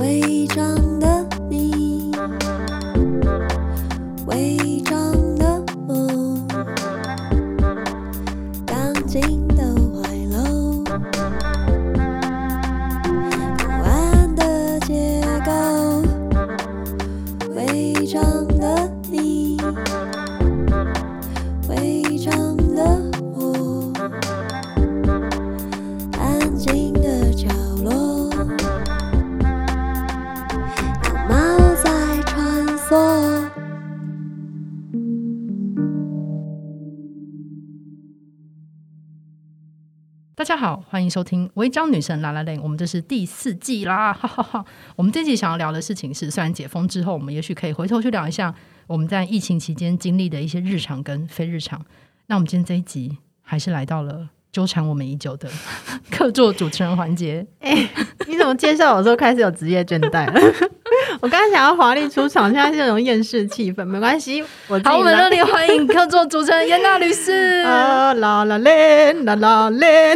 违章的你，违章的我，钢筋的怀楼，不安的结构，违章的你，违章的我，安静的角落。猫在穿梭。大家好，欢迎收听《违章女神拉拉链》，我们这是第四季啦， 哈哈哈。我们这季想要聊的事情是，虽然解封之后，我们也许可以回头去聊一下我们在疫情期间经历的一些日常跟非日常。那我们今天这一集还是来到了纠缠我们已久的 客座主持人环节。你怎么介绍我的时候开始有职业倦怠了？我刚刚想要华丽出场，现在是有种厌世气氛，没关系，我自己好，我们来热烈欢迎客座主持人严娜律 师。啊啦啦嘞，啦啦嘞。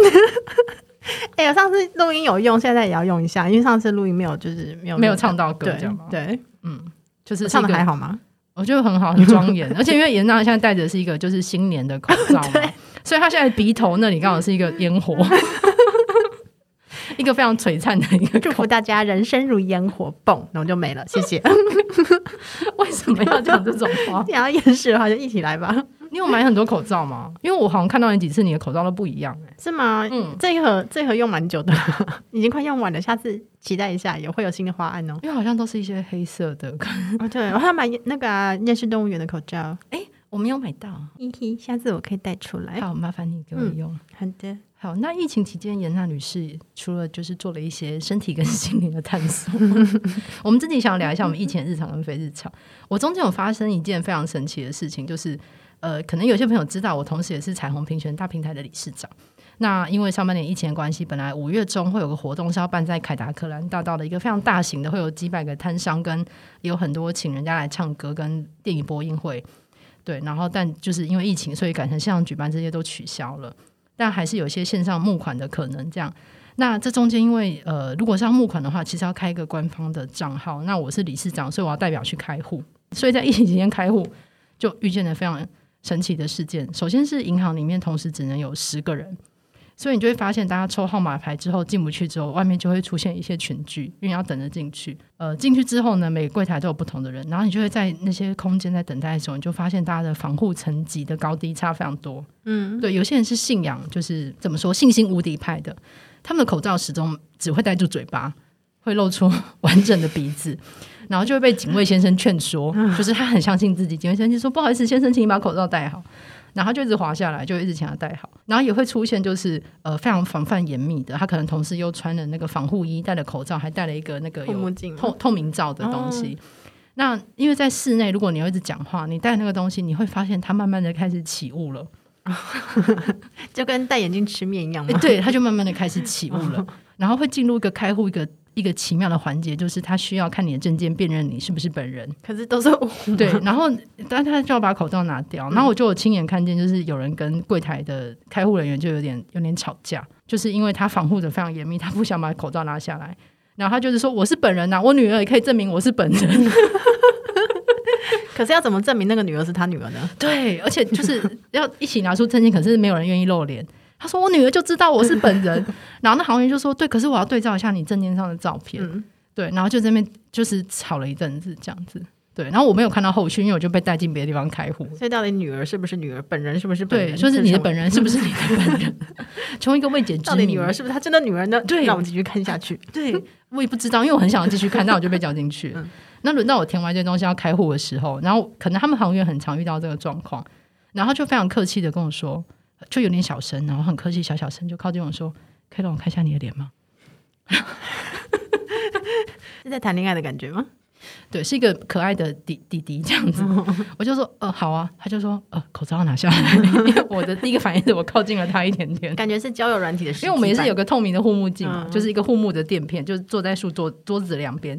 哎、我上次录音有用，现在也要用一下，因为上次录音没有，就是没有没有唱到歌，对这样吗？，对，嗯，就是我唱的是一个还好吗？我觉得很好，很庄 严，而且因为严娜现在戴着是一个就是新年的口罩 嘛，所以她现在鼻头那里刚好是一个烟火， 一个非常璀璨的一个祝口福。大家人生如烟火，蹦，然后就没了，谢谢。为什么要讲这种 话？想要厌世的话就一起来吧，你有买很多口罩吗？因为我好像看到你几次，你的口罩都不一样、欸。是吗？嗯，这一盒这一盒用蛮久的，已经快用完了，下次期待一下，也会有新的花案哦。因为好像都是一些黑色的。 哦，对，我还买那个啊夜市动物园的口罩， 哎、我没有买到，嗯嘿嘿，下次我可以带出来。好，麻烦你给我用。好的，好，那疫情期间，严娜女士除了就是做了一些身体跟心灵的探索，我们自己想聊一下我们疫情的日常跟非日常。我中间有发生一件非常神奇的事情，就是呃，可能有些朋友知道，我同时也是彩虹评选大平台的理事长。那因为上半年疫情的关系，本来五月中会有个活动是要办在凯达克兰大道的一个非常大型的，会有几百个摊商跟有很多请人家来唱歌跟电影播映会。对，然后但就是因为疫情，所以改成线上举办，这些都取消了。但还是有一些线上募款的可能。这样，那这中间因为呃，如果是要募款的话，其实要开一个官方的账号。那我是理事长，所以我要代表去开户。所以在疫情期间开户，就遇见了非常神奇的事件。首先是银行里面同时只能有十个人，所以你就会发现，大家抽号码牌之后进不去之后，外面就会出现一些群聚，因为你要等着进去。呃，进去之后呢，每个柜台都有不同的人，然后你就会在那些空间在等待的时候，你就发现大家的防护层级的高低差非常多。嗯，对，有些人是信仰，就是怎么说信心无敌派的，他们的口罩始终只会戴住嘴巴，会露出 完整的鼻子，然后就会被警卫先生劝说，就是他很相信自己。警卫先生就说：“不好意思，先生，请你把口罩戴好。”然后他就一直滑下来，就一直请他戴好。然后也会出现就是呃非常防范严密的，他可能同时又穿了那个防护衣，戴了口罩，还戴了一个那个护有目镜吗透透明罩的东西。那因为在室内，如果你要一直讲话，你戴那个东西，你会发现它慢慢的开始起雾了。就跟戴眼镜吃面 一样欸嘛。对，他就慢慢的开始起雾了，然后会进入一个开户一个一个奇妙的环节，就是他需要看你的证件辨认你是不是本人。可是都是我，对，然后但他就要把口罩拿掉，然后我就有亲眼看见，就是有人跟柜台的开户人员就有点有点吵架，就是因为他防护的非常严密，他不想把口罩拿下来。然后他就是说我是本人呐、我女儿也可以证明我是本人。 可是要怎么证明那个女儿是他女儿呢？对，而且就是要一起拿出证件，可是没有人愿意露脸。 他说我女儿就知道我是本 人，然后那行员就说对，可是我要对照一下你证件上的照片。嗯，对，然后就这边就是吵了一阵子这样子。对，然后我没有看到后续，因为我就被带进别的地方开户。所以到底女儿是不是女儿，本人是不是本对，人？就是你的本人。人是不是你的本 人？从一个未解之到底谜。女儿是不是她真的女儿呢？对让我们继续看 下去。对，我也不知道，因为我很想要继续看，但我就被叫进去。嗯那轮到我填完这些东西要开户的时候，然后可能他们行员很常遇到这个状况，然后就非常客气的跟我说，就有点小声，然后很客气，小小声就靠近我说：“可以让我看一下你的脸吗是在谈恋爱的感觉吗？？”对，是一个可爱的弟弟弟这样子。我就说，呃，好啊。他就说，呃，口罩要拿下来。 因为我的第一个反应是我靠近了他一点点，感觉是交友软体的实体版，嗯因为我们也 是有个透明的护目镜嘛，嗯就是一个护目的垫片，就是坐在树桌桌子两边。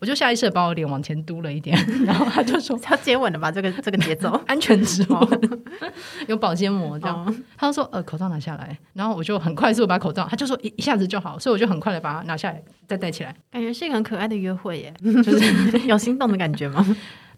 我就下意识的把我脸往前嘟了一 点，然后他就说要接吻了吧？这个这个节奏安全指纹， 有保鲜膜这样。哦，他就说：“呃，口罩拿下来。”然后我就很快速地把口罩，他就说一一下子就好，所以我就很快的把它拿下来，再戴起来。 感觉是一个很可爱的约会 耶，就是有心动的感觉吗？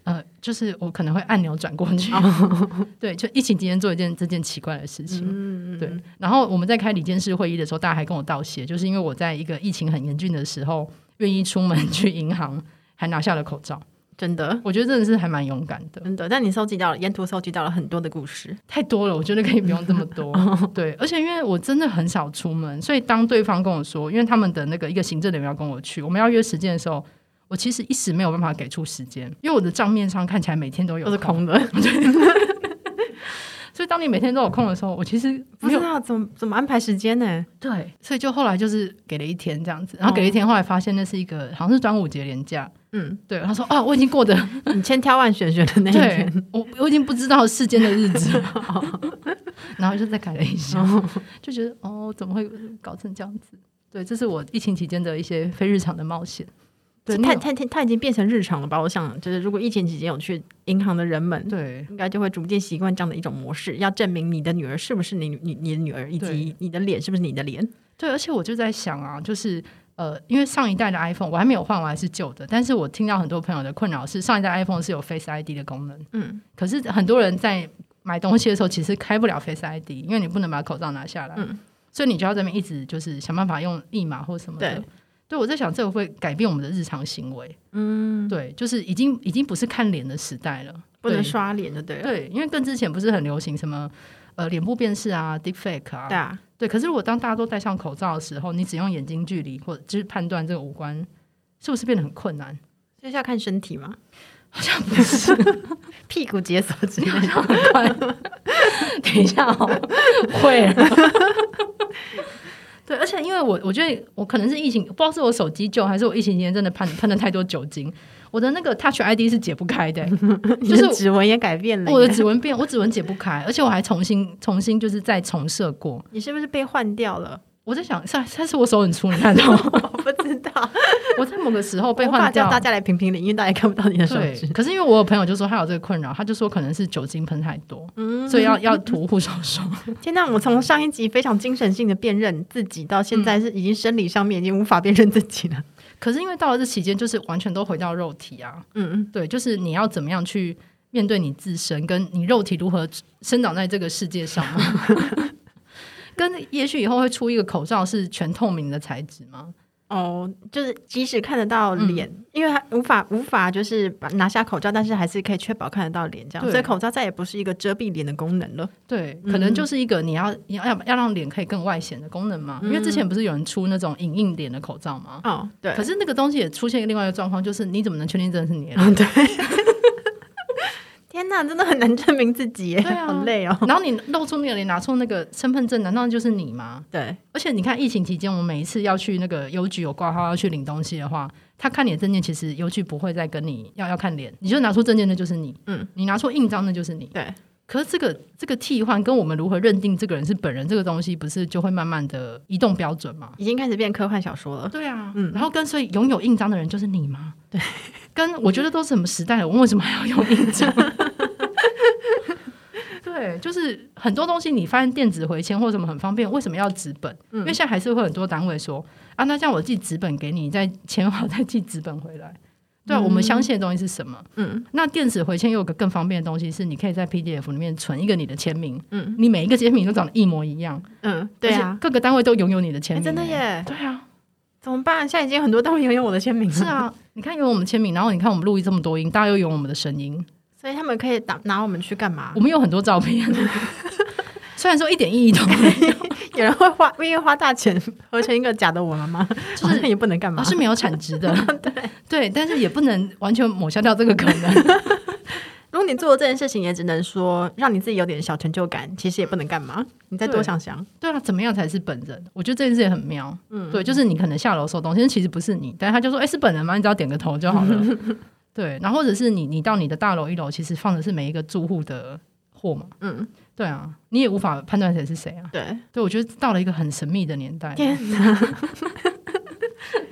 呃，就是我可能会按钮转过去， 对，就一起今天做一件这件奇怪的事情。哦嗯，对，然后我们在开理监事会议的时候，大家还跟我道谢，就是因为我在一个疫情很严峻的时候，愿意出 门去银行，还拿下了口罩。真的。我觉得真的是还蛮勇敢的，真的，但你收集到了沿途收集到了很多的故事，太多了，我觉得可以不用这么多。哦对，而且因为我真的很少出门，所以当对方跟我说，因为他们的那个一个行政人员要跟我去，我们要约时间的时候，我其实一时没有办法给出时间，因为我的账面上看起来每天都有都是空。空的，所以当你每天都有空的时候，我其实不啊没知有道怎么怎么安排时间呢？对，所以就后来就是给了一天这样子，哦然后给了一天，后来发现那是一个好像是端午节连假。嗯，对，他说啊，我已经过得你千挑万选选的 那一对天，我我已经不知道世间的日 子 了，然后就再改了一下，就觉得哦，怎么会搞成这样子？对，这是我疫情期间的一些非日常的冒险。对，这你太有太太，它已经变成日常了吧？我想，就是如果疫情期间有去银行的人们，对应该就会逐渐习惯这样的一种模式，要证明你的女儿是不是你你你的女儿，以及对你的脸是不是你的脸。对，而且我就在想啊，就是呃，因为上一代的 iPhone 我还没有换，我还是旧的，但是我听到很多朋友的困扰是，上一代 iPhone 是有 Face ID 的功能，嗯，可是很多人在买东西的时候其实开不了 Face ID，因为你不能把口罩拿下来，嗯所以你就要这边一直就是想办法用密码或什么的。对对，我在想这个会改变我们的日常行为。嗯，对，就是已经已经不是看脸的时代了，不能对。刷脸就对了。对，因为更之前不是很流行什么呃脸部辨识啊、deepfake 啊，对啊，对。可是如果当大家都戴上口罩的时候，你只用眼睛距离或者就是判断这个五官是不是变得很困难？就是要看身体 嘛，好像不是， 屁股解锁之类好的。像很快。等一下哦，会了。对，而且因为我我觉得我可能是疫情，不知道是我手机旧还是我疫情期间真的喷喷了太多酒精，我的那个 Touch ID 是解不开 的欸、你就是的指纹也改变了我的耶，指纹变，我指纹解不开，而且我还重新重新就是再重设过。你是不是被换掉了？我在想，算算是我手很粗，你看到吗？ 我不知道，我在某个时候被我无法换叫掉大。家来评评理，因为大家看不到你的手对指，。可是因为我有朋友就说他有这个困扰，他就说可能是酒精喷太多，嗯所以 要要涂护手霜。天呐，我从上一集非常精神性的辨认自己，到现在是已经生理上面已经无法辨认自己了。可是因为到了这期间，就是完全都回到肉体啊，嗯嗯，对，就是你要怎么样去面对你自身，跟你肉体如何生长在这个世界上嘛。 跟也许以后会出一个口罩是全透明的材质吗？哦，就是即使看得到脸，因为它无法无法就是把拿下口罩，但是还是可以确保看得到脸，这样，对所以口罩再也不是一个遮蔽脸的功能了。对，可能就是一个你要你要要让脸可以更外显的功能嘛，因为之前不是有人出那种隐印脸的口罩吗？哦，对，可是那个东西也出现另外一个状况，就是你怎么能确定真的是你 的脸？嗯对。天呐，真的很难证明自己耶，对啊好累哦。然后你露出那个脸，拿出那个身份证，难道就是你吗？对，而且你看，疫情期间，我们每一次要去那个邮局有挂号要去领东西的话，他看你的证件，其实邮局不会再跟你要要看脸，你就拿出证件，那就是你。嗯，你拿出印章，那就是你。对。可是这个这个替换跟我们如何认定这个人是本人这个东西，不是就会慢慢的移动标准吗？已经开始变科幻小说了。对啊，嗯然后跟所以拥有印章的人就是你吗？对，跟我觉得都是什么时代了，我们为什么还要用印章？ 对，就是很多东西你发现电子回签或什么很方便，为什么要纸本？嗯因为现在还是会很多单位说啊，那这样我寄纸本给你，再签好再寄纸本回来。对啊，我们相信的东西是什么？嗯，那电子回签又有个更方便的东西，是你可以在 PDF 里面存一个你的签名，嗯你每一个签名都长得一模一样，嗯，对而且啊，各个单位都拥有你的签哎，名、真的欸，耶，对啊，怎么办？现在已经很多单位拥有我的签名了。是啊，你看有我们签名，然后你看我们录音这么多音，大家又有我们的声音，所以他们可以打拿我们去干嘛我？们有很多照片，虽然说一点意义都没有， 有人会花因为花大钱合成一个假的我们吗？是好像也不能干嘛 而，是没有产值的，对但是也不能完全抹消掉这个可能。如果你做了这件事情，也只能说让你自己有点小成就感，其实也不能干嘛。你再多对想想，对啊，怎么样才是本人？我觉得这件事也很妙，嗯，对，就是你可能下楼收东西，但其实不是你，但是他就说，哎、是本人吗？你只要点个头就好了。对，然后或者是你你到你的大楼一楼，其实放的是每一个住户的货嘛，嗯，对啊，你也无法判断谁是谁啊。对，对，我觉得到了一个很神秘的年代，天哪，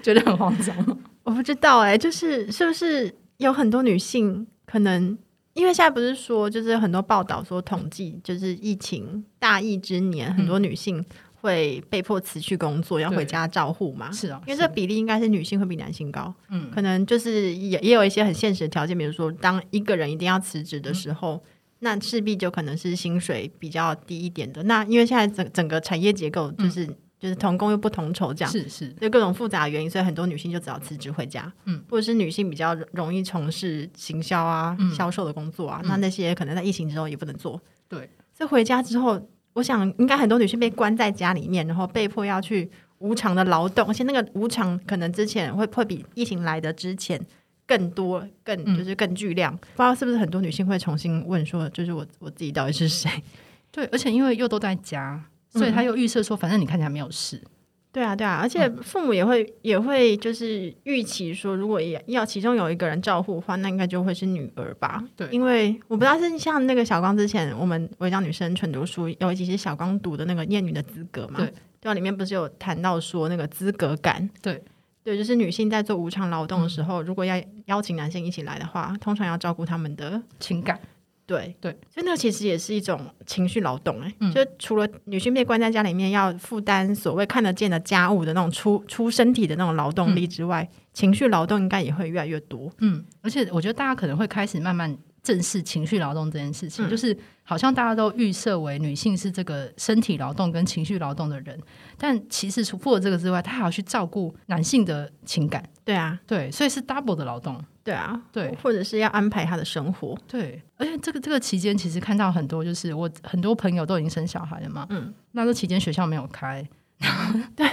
觉得很慌 张。我不知道哎、就是是不是有很多女性可能。因为现在不是说，就是很多报道说统计，就是疫情大疫之年，很多女性会被迫辞去工作，要对回家照护嘛。是啊，因为是这比例应该是女性会比男性高，嗯可能就是也也有一些很现实的条件，比如说当一个人一定要辞职嗯的时候，那势必就可能是薪水比较低一点的。那因为现在整整个产业结构就是、嗯就是同工又不同酬这样。是是，就各种复杂的原因，所以很多女性就只好辞职回家，嗯，或者是女性比较容易从事行销啊、嗯销售的工作啊，那那些可能在疫情之后也不能做，对，所以回家之后，我想应该很多女性被关在家里面，然后被迫要去无偿的劳动，而且那个无偿可能之前会会比疫情来的之前更多、更嗯就是更巨量。不知道是不是很多女性会重新问说，就是我我自己到底是谁？对，而且因为又都在家，所以嗯他又预设说，反正你看起来没有事，对啊，对啊，而且嗯父母也会、也会就是预期说，如果也要其中有一个人照顾的话，那应该就会是女儿吧？对因为我不知道是像那个小刚之前我们围绕女生纯读书有一集是小刚读的那个厌女的资格嘛？对对啊，里面不是有谈到说那个资格感？对，对，就是女性在做无偿劳动的嗯时候，如果要邀请男性一起来的话，通常要照顾他们的情感对对，所以那其实也是一种情绪劳动、欸，哎、嗯就除了女性被关在家里面要负担所谓看得见的家务的那种出出身体的那种劳动力之外，情绪劳动应该也会越来越多。嗯，而且我觉得大家可能会开始慢慢正视情绪劳动这件事情，嗯就是好像大家都预设为女性是这个身体劳动跟情绪劳动的人，但其实除除了这个之外，她还要去照顾男性的情感，对啊，对，所以是 double 的劳动，对啊，对或者是要安排她的生活。对。而且这个这个期间，其实看到很多就是我很多朋友都已经生小孩了嘛，嗯，那这期间学校没有 开，对，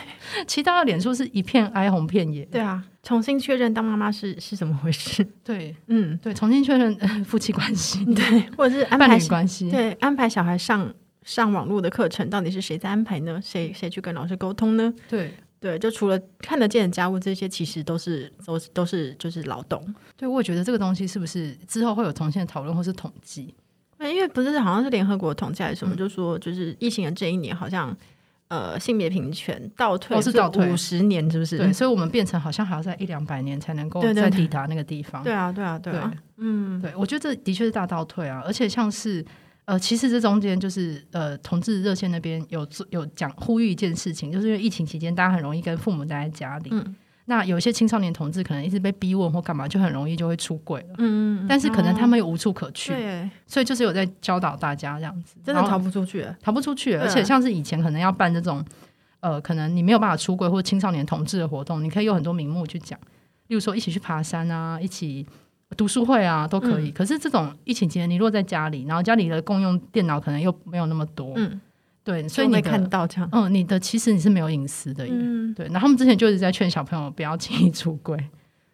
其实大家的脸书是一片哀鸿遍野，对啊，重新确认当妈妈是是怎么回 事？对嗯，对，重新确认、 呃夫妻关系、对，或者是嗯安伴排侣关系，对安排小孩上上网络的课程，到底是谁在安排呢？谁谁去跟老师沟通呢？对。对，就除了看得见的家务，这些其实都是都是都是就是劳动。对，我也觉得这个东西是不是之后会有重新的讨论或是统计？对，因为不是好像是联合国统计还是嗯什么，就说就是疫情的这一年好像呃性别平权倒退哦是倒退五十年，是不是？对，所以我们变成好像还要在一两百年才能够对对再对抵达那个地方。 对啊，对啊，对啊，嗯，对我觉得这的确是大倒退啊，而且像是。呃，其实这中间就是呃，同志热线那边有做有讲呼吁一件事情，就是因为疫情期间，大家很容易跟父母待在家里。嗯那有些青少年同志可能一直被逼问或干嘛，就很容易就会出轨了。嗯，但是可能他们们又无处可去，对，所以就是有在教导大家这样子，真的然后逃不出去。逃不出去，对而且像是以前可能要办这种，呃，可能你没有办法出柜或青少年同志的活动，你可以有很多名目去讲，例如说一起去爬山啊，一起读书会啊，都可嗯以。可是这种疫情期间，你落在家里，然后家里的共用电脑可能又没有那么多，嗯，对，所以就你没的看，到这样。嗯，你的其实你是没有隐私的耶。嗯，对，然后他们之前就一直在劝小朋友不要轻易出柜，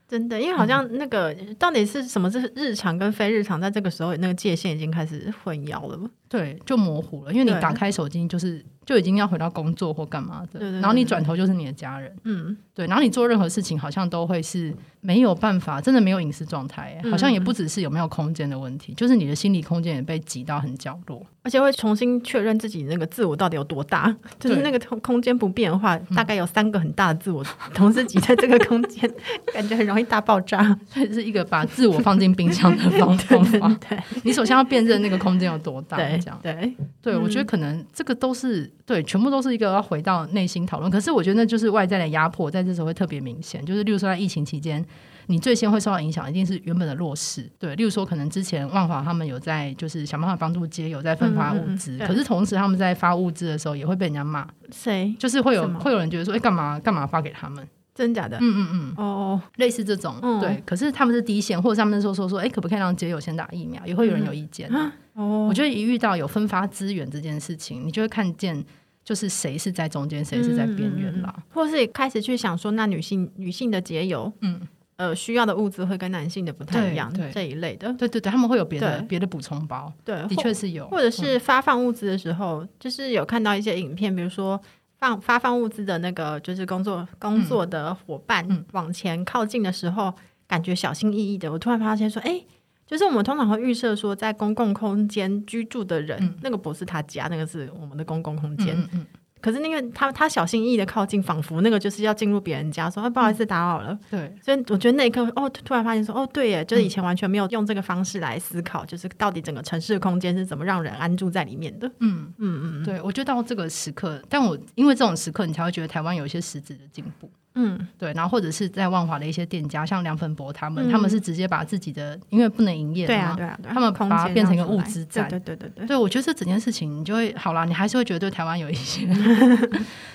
真的，因为好像那个、到底是什么是日常跟非日常，在这个时候那个界限已经开始混淆了。对，就模糊了，因为你对打开手机就是就已经要回到工作或干嘛的，对对对然后你转头就是你的家人。嗯，对，然后你做任何事情好像都会是没有办法，真的没有隐私状态耶，欸嗯好像也不只是有没有空间的问题，就是你的心理空间也被挤到很角落。 而且会重新确认自己那个自我到底有多大，就是对嗯那个空空间不变的话，大概有三个很大的自我同时挤在这个空间， 感觉很容易大爆炸。所以是一个把自我放进冰箱的方方法。 对你首先要辨认那个空间有多大，对这样。对，对，我觉得嗯可能这个都是对，全部都是一个要回到内心讨论。可是我觉得那就是外在的压迫，在这时候会特别明显。就是例如说在疫情期间，你最先会受到影响，一定是原本的弱势。对，例如说可能之前万华他们有在就是想办法帮助街友在分发物资，嗯嗯嗯对可是同时他们在发物资的时候也会被人家骂，谁就是会有什么会有人觉得说，哎、干嘛干嘛发给他们？真假的？嗯嗯嗯。哦，类似这种，嗯对，可是他们是第一线，或者他们说说说，哎、可不可以让街友先打疫苗？也会有人有意见、啊。哦，我觉得一遇到有分发资源这件事情，你就会看见就是谁是在中间，谁是在边缘啦。或是开始去想说，那女性女性的节油，嗯，呃，需要的物资会跟男性的不太一样对对这一类的，对对对，他们会有别的嗯对别的补充包，对，的确是有，或者嗯是发放物资的时候，就是有看到一些影片，比如说放发放物资的那个就是工作工作的伙伴嗯往前靠近的时候，感觉小心翼翼的，我突然发现说，哎、就是我们通常会预设说，在公共空间居住的人，嗯那个不是他家，那个是我们的公共空间。嗯嗯，可是那个他他小心翼翼的靠近，仿佛那个就是要进入别人家，说、啊、不好意思打扰了。对，所以我觉得那一刻，哦，突突然发现说，哦，对耶，就是以前完全没有用这个方式来思考，就是到底整个城市的空间是怎么让人安住在里面的。嗯。嗯嗯对，我觉得到这个时刻，但我因为这种时刻，你才会觉得台湾有一些实质的进步。嗯对，然后或者是在万华的一些店家，像梁粉博他们，嗯他们是直接把自己的，因为不能营业对啊嘛对啊，对啊他们空把它间变成让一个出物来资站对对对对对，对，我觉得这整件事情，你就会好啦，你还是会觉得对台湾有一 些，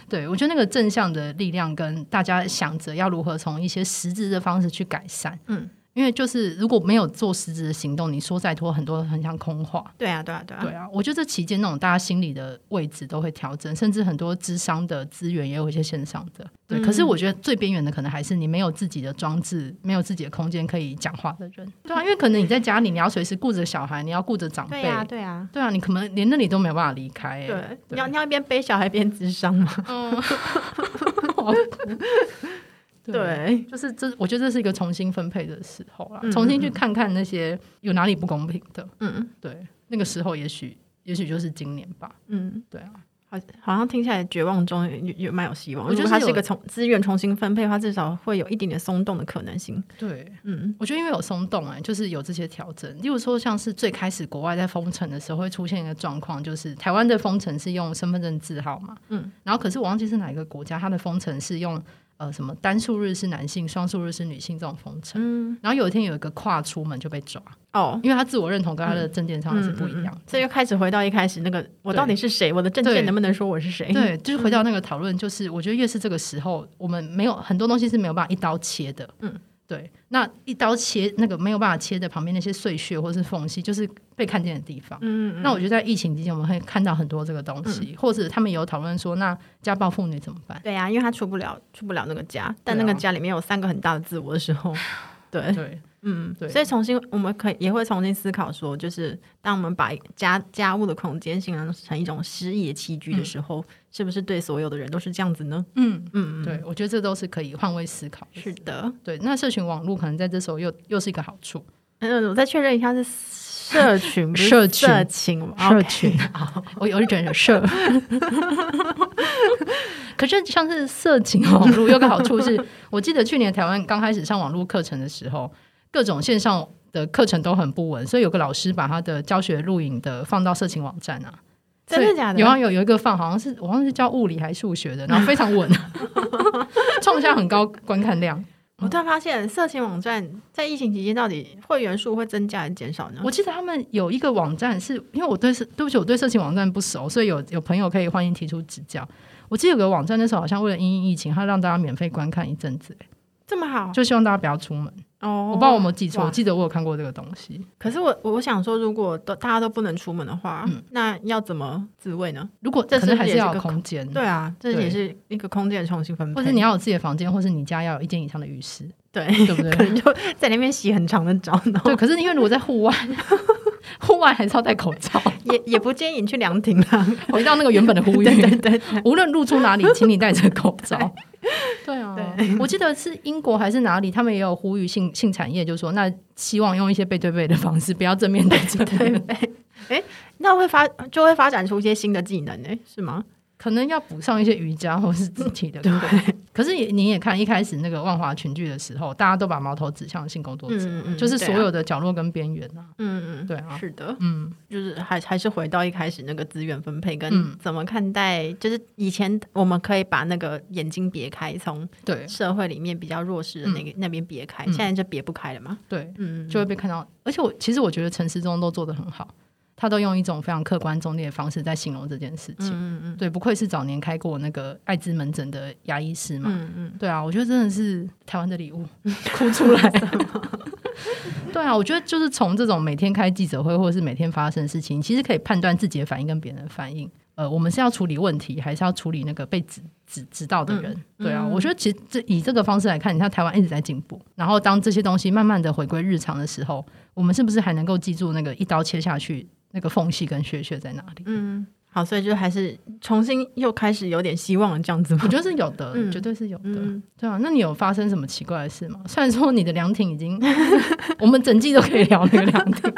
对我觉得那个正向的力量跟大家想着要如何从一些实质的方式去改善，嗯，因为就是如果没有做实质的行动，你说再多，很多很像空话。对啊对啊对啊，对啊，我觉得这期间那种大家心理的位置都会调整，甚至很多智商的资源也有一些线上的。对，可嗯是我觉得最边缘的可能还是你没有自己的装置，没有自己的空间可以讲话的人。对啊，因为可能你在家里，你要随时顾着小孩，你要顾着长辈，对啊对啊。对啊，你可能连那里都没有办法离开、欸。对，你要你要一边背小孩一边智商吗？嗯，对，就是这，我觉得这是一个重新分配的时候啦，嗯重新去看看那些有哪里不公平的。嗯对，那个时候也许，也许就是今年吧。嗯，对啊，好，好像听起来绝望中有有蛮有希望。我觉得如果它是是有一个从资源重新分配的话，至少会有一点点松动的可能性。对，嗯我觉得因为有松动哎、就是有这些调整。例如说，像是最开始国外在封城的时候，会出现一个状况，就是台湾的封城是用身份证字号嘛，嗯，然后可是我忘记是哪一个国家，它的封城是用呃什么单数日是男性，双数日是女性这种封城。嗯，然后有一天有一个跨出门就被抓，哦，因为他自我认同跟他的证件上嗯是不一样嗯嗯的。这就开始回到一开始那个，我对到底是谁？我的证对件能不能说我是谁？对，就是回嗯到那个讨论，就是我觉得越是这个时候，我们没有很多东西是没有办法一刀切的。嗯，对。那一刀切那个没有办法切的旁边那些碎屑或是缝隙，就是被看见的地方。嗯，嗯，那我觉得在疫情期间，我们会看到很多这个东西，或者他们有讨论说，那家暴妇女怎么办？ 对呀、因为他出不了出不了那个家，但对啊那个家里面有三个很大的自我的 时候，对，对，嗯，对所以重新我们可以也会重新思考说，就是当我们把家家务的空间形容成一种失业栖居的时候，是不是对所有的人都是这样子呢？嗯，嗯，嗯，对，我觉得这都是可以换位思考的。是的。对，那社群网络可能在这时候又又是一个好处。嗯，我再确认一下是 社群，不是社群社群，社哦 OK 群，我有一点有社。 可是像是色情网络有个好处是，我记得去年台湾刚开始上网络课程的时候，各种线上的课程都很不稳，所以有个老师把他的教学录影的放到色情网站啊。真的所以假的有啊，有有一个放，好像是我忘记是教物理还是数学的，然后非常稳， 创下很高观看量。我突然发现，色情网站在疫情期间到底会员数会增加还是减少呢？我记得他们有一个网站是，因为我对社对不起，我对色情网站不熟，所以有有朋友可以欢迎提出指教。我记得有个网站那时候好像为了因应疫情，它让大家免费观看一阵子、这么好就希望大家不要出门。哦，我不知道我有没有记错，哇我记得我有看过这个东西。可是我我想说，如果都大家都不能出门的话，嗯那要怎么自卫呢？如果这可能是还不是是也是要有个空间，对，啊，这嗯对也是一个空间的重新分配，或者你要有自己的房间，或是你家要有一间以上的浴室，对，对不对？ 可能就在那边洗很长的澡，然 后对，可是因为如果在户外，户外还是要戴口罩。也也不建议你去凉亭 啦。回到那个原本的呼吁， 对对对， 无论露出哪里，请你戴着口罩。对啊， 对我记得是英国还是哪里，他们也有呼吁性性产业，就说那希望用一些背对背的方式，不要正面对正 面，那会发就会发展出一些新的技能呢、是吗？ 可能要补上一些瑜伽或是肢体的。 可是也你也看，一开始那个万华群聚的时候，大家都把矛头指向性工作者，嗯嗯就是所有，的角落跟边缘啊。嗯对对啊啊嗯嗯，是的，嗯，就是还还是回到一开始那个资源分配嗯跟怎么看待，就是以前我们可以把那个眼睛别开，从对嗯社会里面比较弱势的那个、那边别开，现在就别不开了嘛。对，嗯，就会被看到。而且我其实我觉得陈世忠都做得很好，他都用一种非常客观中立的方式在形容这件事情。嗯嗯对，不愧是早年开过那个艾滋门诊的牙医师嘛。嗯嗯，对啊，我觉得真的是台湾的礼 物，哭出来。 对啊，我觉得就是从这种每天开记者会或者是每天发生的事情，你其实可以判断自己的反应跟别人的反应。呃，我们是要处理问题，还是要处理那个被指指指导的人？嗯对啊，我觉得其实这以这个方式来看，你看台湾一直在进步。然后当这些东西慢慢的回归日常的时候，我们是不是还能够记住那个一刀切下去那个缝隙跟血血在哪里？嗯，好，所以就还是重新又开始有点希望了，这样子吗我？觉得是有的，嗯绝对是有的。嗯，对啊，那你有发生什么奇怪的事吗？虽然说你的凉亭已经， 我们整季都可以聊那个凉亭。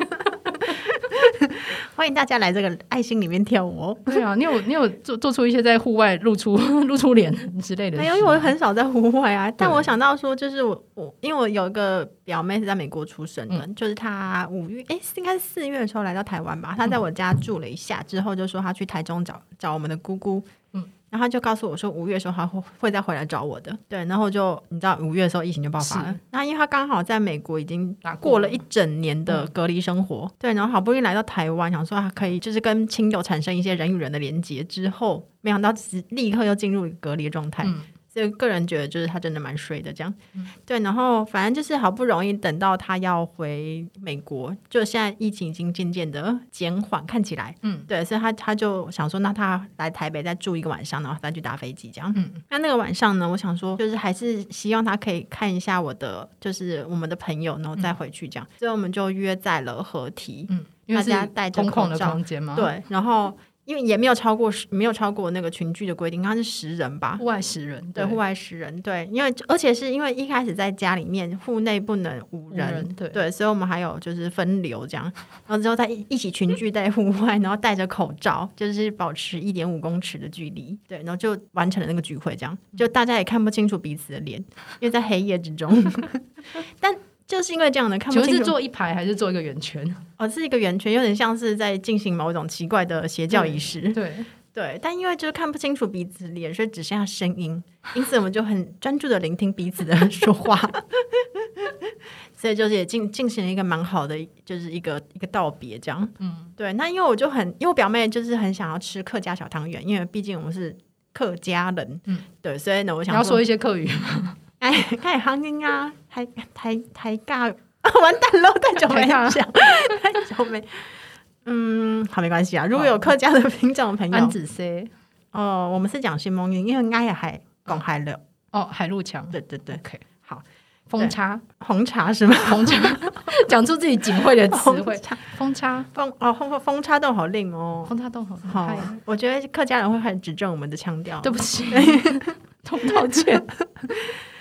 欢迎大家来这个爱心里面跳舞哦。对啊，你有你有做做出一些在户外露出 露出脸之类的事吗？没有，哎因为我很少在户外啊。但对我想到说，就是我我因为我有一个表妹是在美国出生的，就是她五月哎、应该是四月的时候来到台湾吧。她在我家住了一下之后，就说她去台中找找我们的姑姑。嗯嗯，然后她就告诉我说，五月的时候她会会再回来找我的。对，然后就你知道五月的时候疫情就爆发了是。那因为她刚好在美国已经打过过了了一整年的隔离生活，对，然后好不容易来到台湾，想说她可以就是跟亲友产生一些人与人的连结之后，没想到只立刻又进入隔离状态。嗯所以个人觉得就是他真的蛮衰的这样。对，然后反正就是好不容易等到他要回美国，就现在疫情已经渐渐的减缓，看起来，嗯，对，所以他他就想说，那他来台北再住一个晚上，然后再去搭飞机这样。嗯，那那个晚上呢，我想说，就是还是希望他可以看一下我的，就是我们的朋友，然后再回去这样。所以我们就约在了合体，嗯，因为是大家戴着空旷的口罩空间嘛，，对，然后。因为也没有超过十，没有超过那个群聚的规定，应该是十人吧，户外十人，对，户外十人，对，因为而且是因为一开始在家里面，户内不能五五人，人对所以我们还有就是分流这样，然后之后再一一起群聚在户外，然后戴着口罩，就是保持一点五公尺的距离，对，然后就完成了那个聚会，这样就大家也看不清楚彼此的脸，因为在黑夜之中， 但。就是因为这样的看请不问清是楚，做一排还是做一个圆圈？哦，是一个圆圈，有点像是在进行某种奇怪的邪教仪式。 对，对，但因为就是看不清楚彼此脸，所以只剩下声音，因此我们就很专注的聆听彼此的说话， 所以就是也进进行了一个蛮好的，就是一个一个道别这样。嗯，对，那因为我就很，因为我表妹就是很想要吃客家小汤圆，因为毕竟我们是客家人，嗯，对，所以呢，我你想要说一些客语，哎，开始行音啊，抬抬抬尬， 完蛋了，太久没抬尬讲，太久没。 嗯，好，没关系啊。如果有客家的 品种的朋友安，子 C 哦，我们是讲新梦音，因为爱也还讲还了，哦，海陆强对对对， ，OK，好，风叉，红茶是吗？ 风叉， 讲出自己警会的词红汇，茶风叉，风哦，风风叉豆好 令哦。风叉洞口，好嗨，我觉得客家人会很指正我们的腔调。对不起， 嗯痛道 歉，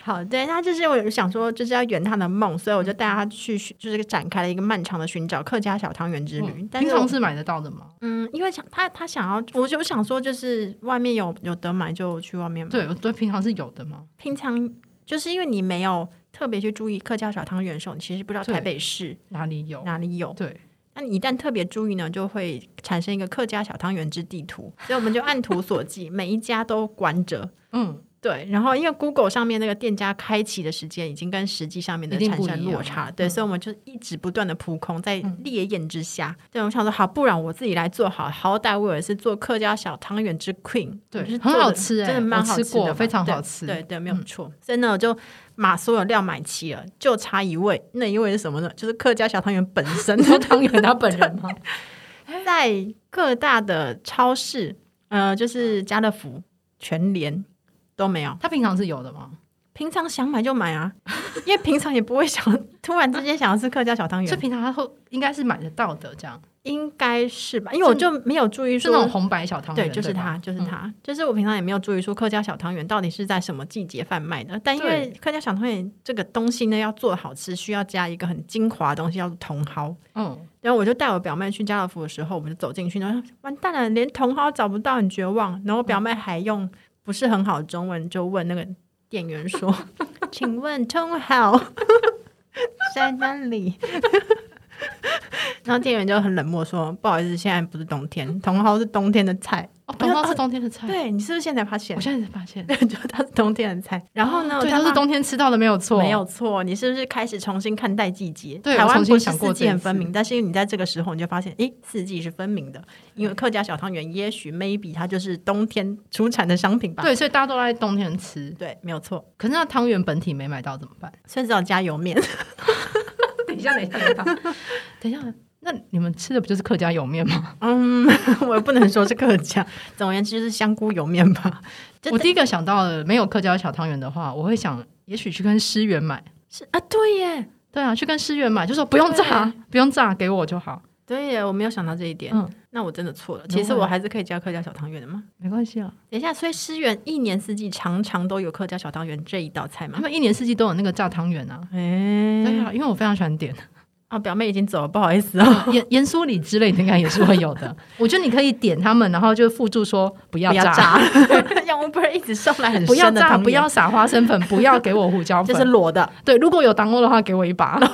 好，对，那就是我想说，就是要圆他的梦，所以我就带他去，就是展开了一个漫长的寻找客家小汤圆之旅。嗯但平是我常是买得到的吗？嗯，因为想他他想要，我就想说，就是外面有有得买就去外面买。对，对，平常是有的吗？平常就是因为你没有特别去注意客家小汤圆的时候，你其实不知道对台北市哪里有？哪里有。哦对，那你一旦特别注意呢，就会产生一个客家小汤圆之地 图，所以我们就按图索骥，每一家都关着。嗯，对，然后因为 Google 上面那个店家开启的时间已经跟实际上面的一定产不生一落样差，对，嗯所以我们就一直不断的扑空在嗯烈焰之下。对，我想说，好，不然我自己来做好，好歹我也是做客家小汤圆之 queen，对我是很做好得吃欸真的蛮我好吃的过嘛，非常对好吃对对，没有嗯错。所以呢，我就把所有料买齐了，就差一味，那一味是什么呢？就是客家小汤圆本 身。说汤圆他本人吗？在各大的超市，呃，就是家乐福、全联都没有。他平常是有的吗？平常想买就买啊，因为平常也不会想 突然之间想要吃客家小汤所以圆，平常他会应该是买得到的，这样应该是吧？因为我就没有注意是那种说。红白小汤圆，对，就是它，吧嗯就是它，就是我平常也没有注意说客家小汤圆到底是在什么季节贩卖的。但因为客家小汤圆这个东西呢，要做好吃，需要加一个很精华的东西，叫做茼蒿。嗯，然后我就带我表妹去家乐福的时候，我们就走进去，然后完蛋了，连茼蒿找不到，很绝望。然后我表嗯妹还用不是很好的中文就问那个店员说：“请问茼 蒿在哪里？”然后店员就很冷漠说：“不好意思，现在不是冬天，茼蒿是冬天的菜。哦，茼蒿是冬天的菜，对你是不是现在发哎现我？现在才发现，对， 就它是冬天的菜。然后呢，对，他它是妈冬天吃到的，没有错，没有错，你是不是开始重新看待季节？对台我湾重新不是想过四季这很一分次明，但是因为你在这个时候，你就发现，诶，四季是分明的。因为客家小汤圆，也许 maybe 它就是冬天出产的商品吧。对，所以大家都在冬天吃。对，没有错，可是那汤圆本体没买到怎么办？甚至要加油面。 等一下，等一下， 等一下，那你们吃的不就是客家油面吗？嗯，我也不能说是客家，总而言之就是香菇油面吧。就我第一个想到的，没有客家小汤圆的话，我会想，也许去跟师园买。是啊，对耶，对啊，去跟师园买，就说不用炸，不用炸，给我就好。所以我没有想到这一点。嗯，那我真的错了。不会其实我还是可以教客家小汤圆的吗？没关系啊，等一下，所以师园一年四季常常都有客家小汤圆这一道菜他吗？们一年四季都有那个炸汤圆啊。哎、对啊，因为我非常喜欢点 哦，表妹已经走了，不好意思哦。盐盐酥里之类的，应该也是会有 的。我觉得你可以点他们，然后就附注说不 要不要炸，炸， 让 Uber 一直上来很不要深的炸，汤圆不要撒花生粉，不要给我胡椒就粉。是裸的对，如果有党欧的话，给我一把。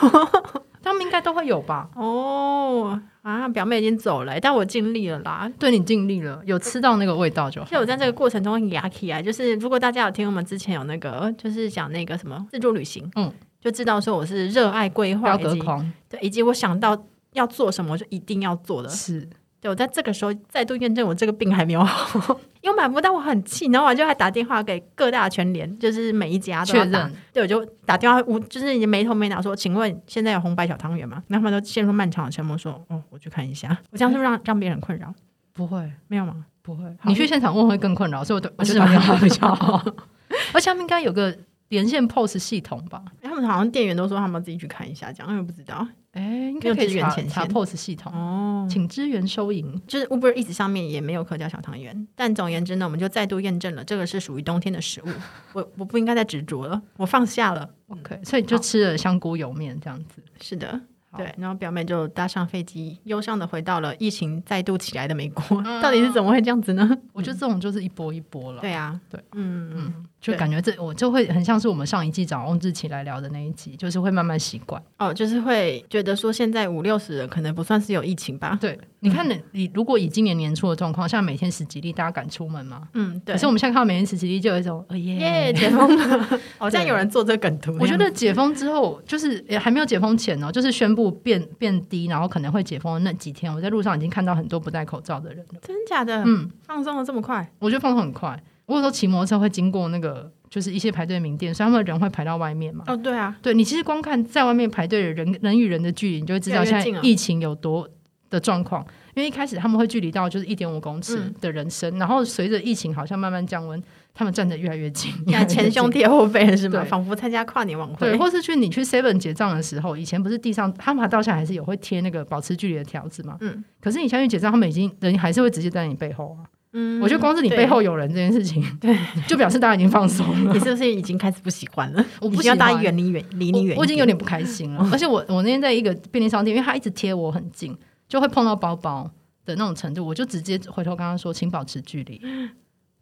他们应该都会有吧？哦啊！表妹已经走了，但我尽力了啦。对你尽力了，有吃到那个味道就好。其实我在这个过程中牙起来，啊就是如果大家有听我们之前有那个，就是讲那个什么自助旅行，嗯，就知道说我是热爱规划，标以格及狂对，以及我想到要做什么，我就一定要做的。是对我在这个时候再度验证我这个病还没有好，因为买不到我很气，然后我就还打电话给各大全联，就是每一家都确要打认，对，我就打电话，我就是已经没头没脑说，请问现在有红白小汤圆吗？然后他们都陷入漫长的沉默，说，哦，我去看一下。我这样是不是让让别人困扰？不会没有吗？不会，好你去现场问会更困扰，所以我对我觉是得打吗电话比较好。 而且他们应该有个连线 POS 系统吧？他们好像店员都说他们自己去看一下，这样，因为我不知道。哎，应该可没有以支援查前线查 POS 系统，哦，请支援收银。就是 Uber Eats 上面也没有客家小汤圆，但总而言之呢，我们就再度验证了这个是属于冬天的食物。我我不应该再执着了，我放下了。 OK，所以就吃了香菇油面这样子。是的，好对。然后表妹就搭上飞机，忧伤的回到了疫情再度起来的美国。嗯到底是怎么会这样 子呢？我觉得这种就是一波一波了。对啊，嗯对，嗯嗯。就对感觉这我就会很像是我们上一季找翁志奇来聊的那一集，就是会慢慢习惯。哦，就是会觉得说现在五六十人可能不算是有疫情吧？对，你看你你如果以今年年初的状况，像每天十几例，大家敢出门吗？嗯，对可是。我们现在看到每天十几例，就有一种哦耶，耶。解封 了！好像哦对有人 做这个梗图。我觉得解封之后，就是也还没有解封前哦，就是宣布变变低，然后可能会解封的那几天，我在路上已经看到很多不戴口罩的人了。真假的，嗯，放松的这么快，我觉得放松很快。我有时候骑摩托车会经过那个，就是一些排队的名店，所以他们人会排到外面嘛。哦，对啊，对你其实光看在外面排队的人人与人的距离，你就会知道越现来在越近了疫情有多的状况。因为一开始他们会距离到就是一点五公尺嗯的人生，然后随着疫情好像慢慢降温，他们站得越来越近，现在前胸贴后背了是吗？对仿佛参加跨年晚会对，。或是去你去 Seven 结账的时候，以前不是地上他们到现在还是有会贴那个保持距离的条子嘛？嗯可是你下去结账，他们已经人还是会直接在你背后啊。嗯我觉得光是你背后有人这件事情，对，就表示大家已经放松了。 对你是不是已经开始不喜欢了？我不希望喜大家欢远离远离你远一点我，我已经有点不开心了。 而且我我那天在一个便利商店，因为他一直贴我很近，就会碰到包包的那种程度，我就直接回头跟他说，请保持距离。因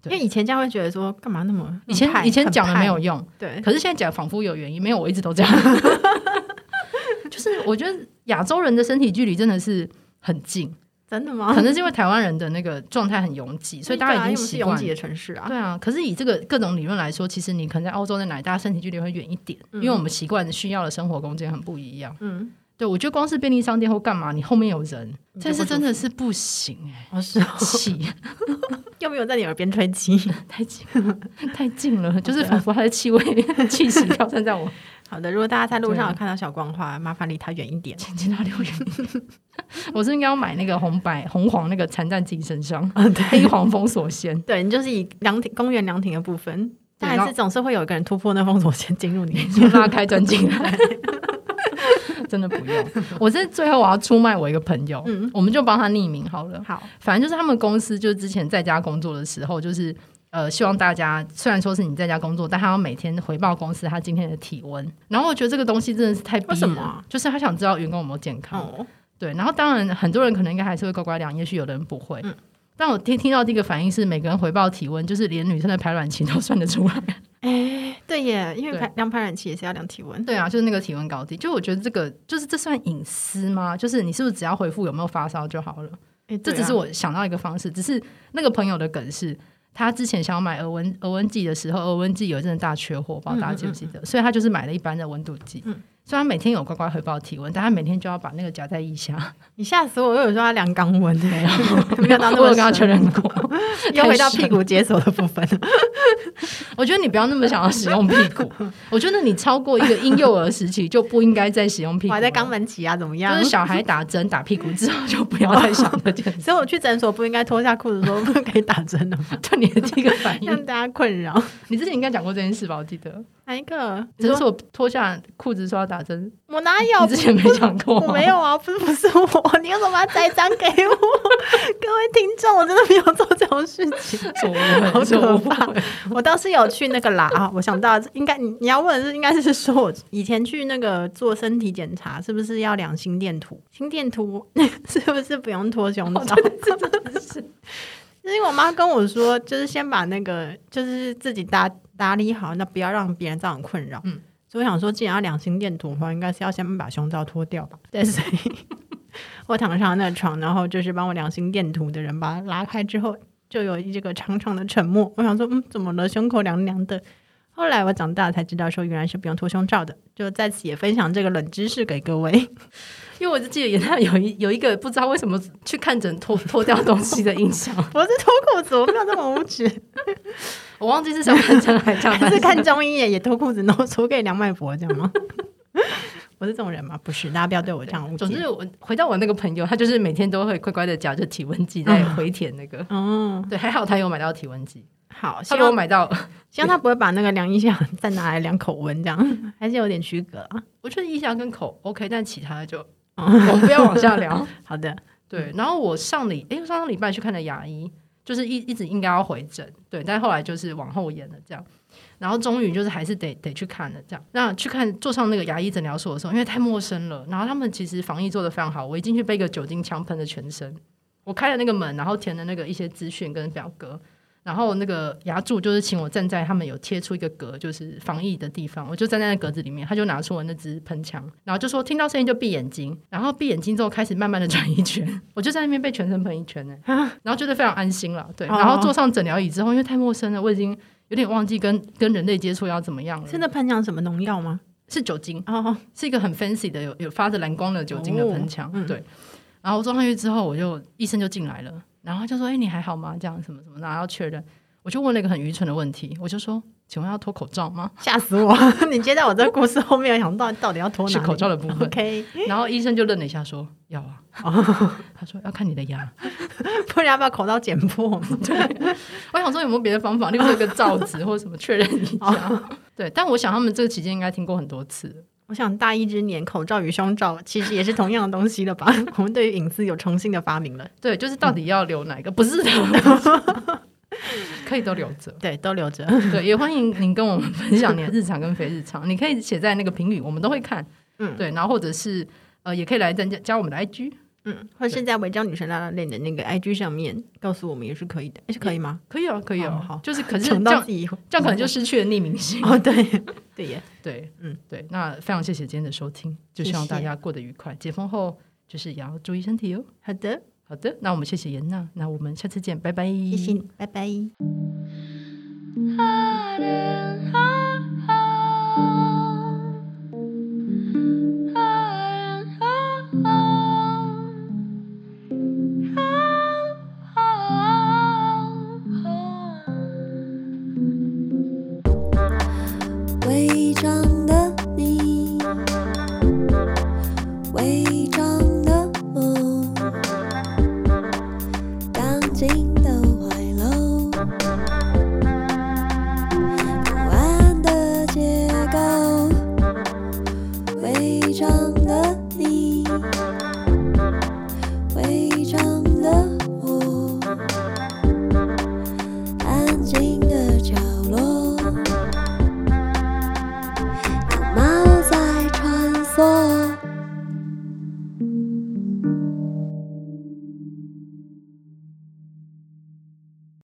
对为以前这样会觉得说干嘛那么以前很派以前讲很了派没有用，对，可是现在讲仿佛有原因，没有，我一直都这样。 就是我觉得亚洲人的身体距离真的是很近，真的吗可？ 能是因为台湾人的那个状态很拥挤，所以大对家已啊经因为我们是习拥惯挤的城市啊，对啊，可是以这个各种理论来说，其实你可能在欧洲在哪里，大家身体距离会远一点，因为我们习惯需要的生活空间很不一样。嗯，对我觉得光是便利商店或干嘛，你后面有人，你就但不是真的是不行哎、哦是哦，气 又没有在你耳边吹 气。太近了，太近 了，就是啊仿佛他的气味气息飘散在我好的，如果大家在路上对有看到小光的话，麻烦离他远一点。眼睛到留远。我是应该要买那个红白红黄那个缠在自己身 上，嗯，对，黑黄封锁线。对你就是以凉亭公园凉亭的部分，对但然还后是总是会有一个人突破那封锁线进入你。先拉开钻进来。真的不用，我是最后我要出卖我一个朋友，嗯我们就帮他匿名 好了。好，反正就是他们公司，就是之前在家工作的时候，就是呃，希望大家虽然说是你在家工作，但他要每天回报公司他今天的体温。然后我觉得这个东西真的是太逼为什人么了啊，就是他想知道员工有没有健康。哦，对，然后当然很多人可能应该还是会乖乖量，也许有的人不会。嗯但我听听到第一个反应是，每个人回报体温，就是连女生的排卵期都算得出来。哎，对耶，因为对排量排卵期也是要量体温。对啊，就是那个体温高低，就我觉得这个就是这算隐私吗？就是你是不是只要回复有没有发烧就好了？哎，这对只啊是我想到一个方式，只是那个朋友的梗是。他之前想要买额温额温计的时候，额温计有一阵大缺货，不知道大家记不记得？所以他就是买了一般的温度计。嗯虽然每天有乖乖回报体温，但他每天就要把那个夹在腋下。 你吓死我！我有说他量肛温的， 没有到 那我有么跟他确深，认过。又回到屁股解锁的 部分。我觉得你不要那么想要使用屁股。我觉得你超过一个婴幼儿时期就不应该再使用屁我股了。还在肛门期啊，怎么样？就是小孩打针打屁股之后，就不要再想这件事。所以我去诊所不应该脱下裤子说不可以打 针了吗，就你的第一个反应，让大家困扰。你之前应该讲过这件事吧？我记得哪一个？你诊说所脱下裤子说要打打针，我哪有你？之前没讲过吗？我没有啊，不是不是我，你为什么要栽赃给我？ 各位听众，我真的没有做这种事情。是我误好会，是我可误怕会。！我倒是有去那个啦，啊我想到应该你你要问的是，应该是说我以前去那个做身体检查，是不是要量心电图？心电图 是不是不用脱胸罩？ 因为我妈跟我说，就是先把那个就是自己打打理好，那不要让别人造成困扰。嗯所以我想说，既然要量心电图的话，应该是要先把胸罩脱掉吧。对，所以 我躺上那个床，然后就是帮我量心电图的人把它拉开之后，就有一个长长的沉默。我想说，嗯，怎么了？胸口凉凉的。后来我长大才知道，说原来是不用脱胸罩的。就在此也分享这个冷知识给各位。 因为我就记得演他有一有一个不知道为什么去看诊脱 脱掉东西的印象，我是脱裤子，我没有这么无 耻。我忘记是想看诊还是想还看是诊看中医也也脱裤子，然后输给梁脉搏这样吗？ 我是这种人吗？不是，大家不要对我这样误解。总之，我回到我那个朋友，他就是每天都会乖乖的夹着体温计在回填那个。嗯，对，还好他有买到体温计，好，希他给我望买到。希望他不会把那个量一下 再拿来量口温，这样还是有点区隔啊。我觉得腋下跟口 OK，但其他的 就嗯我们不要往下聊。好的，对，然后我上礼哎、上个礼拜去看的牙医，就是一一直应该要回诊，对，但后来就是往后延了这样。然后终于就是还是得得去看了，这样。那去看坐上那个牙医诊疗所的时候，因为太陌生了，然后他们其实防疫做的非常好。我一进去被一个酒精枪喷的全身， 我开了那个门，然后填了那个一些资讯跟表格，然后那个牙柱就是请我站在他们有贴出一个格，就是防疫的地方，我就站在那格子里面，他就拿出我那支喷枪，然后就说听到声音就闭眼睛，然后闭眼睛之后开始慢慢的转一圈，我就在那边被全身喷一圈呢、然后觉得非常安心了，对，然后坐上诊疗椅之后，因为太陌生了，我已经。有点忘记跟跟人类接触要怎么样了，真的喷上什么农药吗？是酒精，哦，是一个很 fancy 的有有发着蓝光的酒精的喷枪，哦嗯对。然后我坐上去之后，我就医生就进来了，然后他就说：“哎、你还好吗？这样什么什么，然后要确认。”我就问了一个很愚蠢的问题，我就说：“请问要脱口罩吗吓死我！ 你接到我这个故事后面，想到到底要脱？”哪是里哦口罩的部分。 ？OK，哦然后医生就愣了一下，说：“要啊。”他说：“要看你的牙。 不然要把口罩剪破 嘛？”我想说有没有别的方法，例如说一个罩子或者什么确认一下。哦对，但我想他们这个期间应该听过很多次。我想大一之年，口罩与胸罩其实也是同样的东西了吧？ 我们对于隐私有重新的发明了，对，就是到嗯底要留哪个？不是的，可以都留 着。对，都留着。对，也欢迎您跟我们分享你的日常跟非日常，你可以写在那个评语，我们都会看。嗯对，然后或者是呃，也可以来增加加我们的 IG，嗯，或是在“违章女神拉拉链”的那个 IG 上面告诉我们也是可以的，也是可以吗？可以啊，可以啊，好好就是可是这想到样自己会这样可能就失去了匿名性。哦，对 对耶，对，嗯嗯，对，那非常谢谢今天的收听，就谢希望大谢家过得愉快。解封后就是也要注意身体哦。好的，好的，那我们谢谢严娜，那我们下次见，拜拜，谢谢，你，拜拜。伪装的你，伪装的我，当今的我。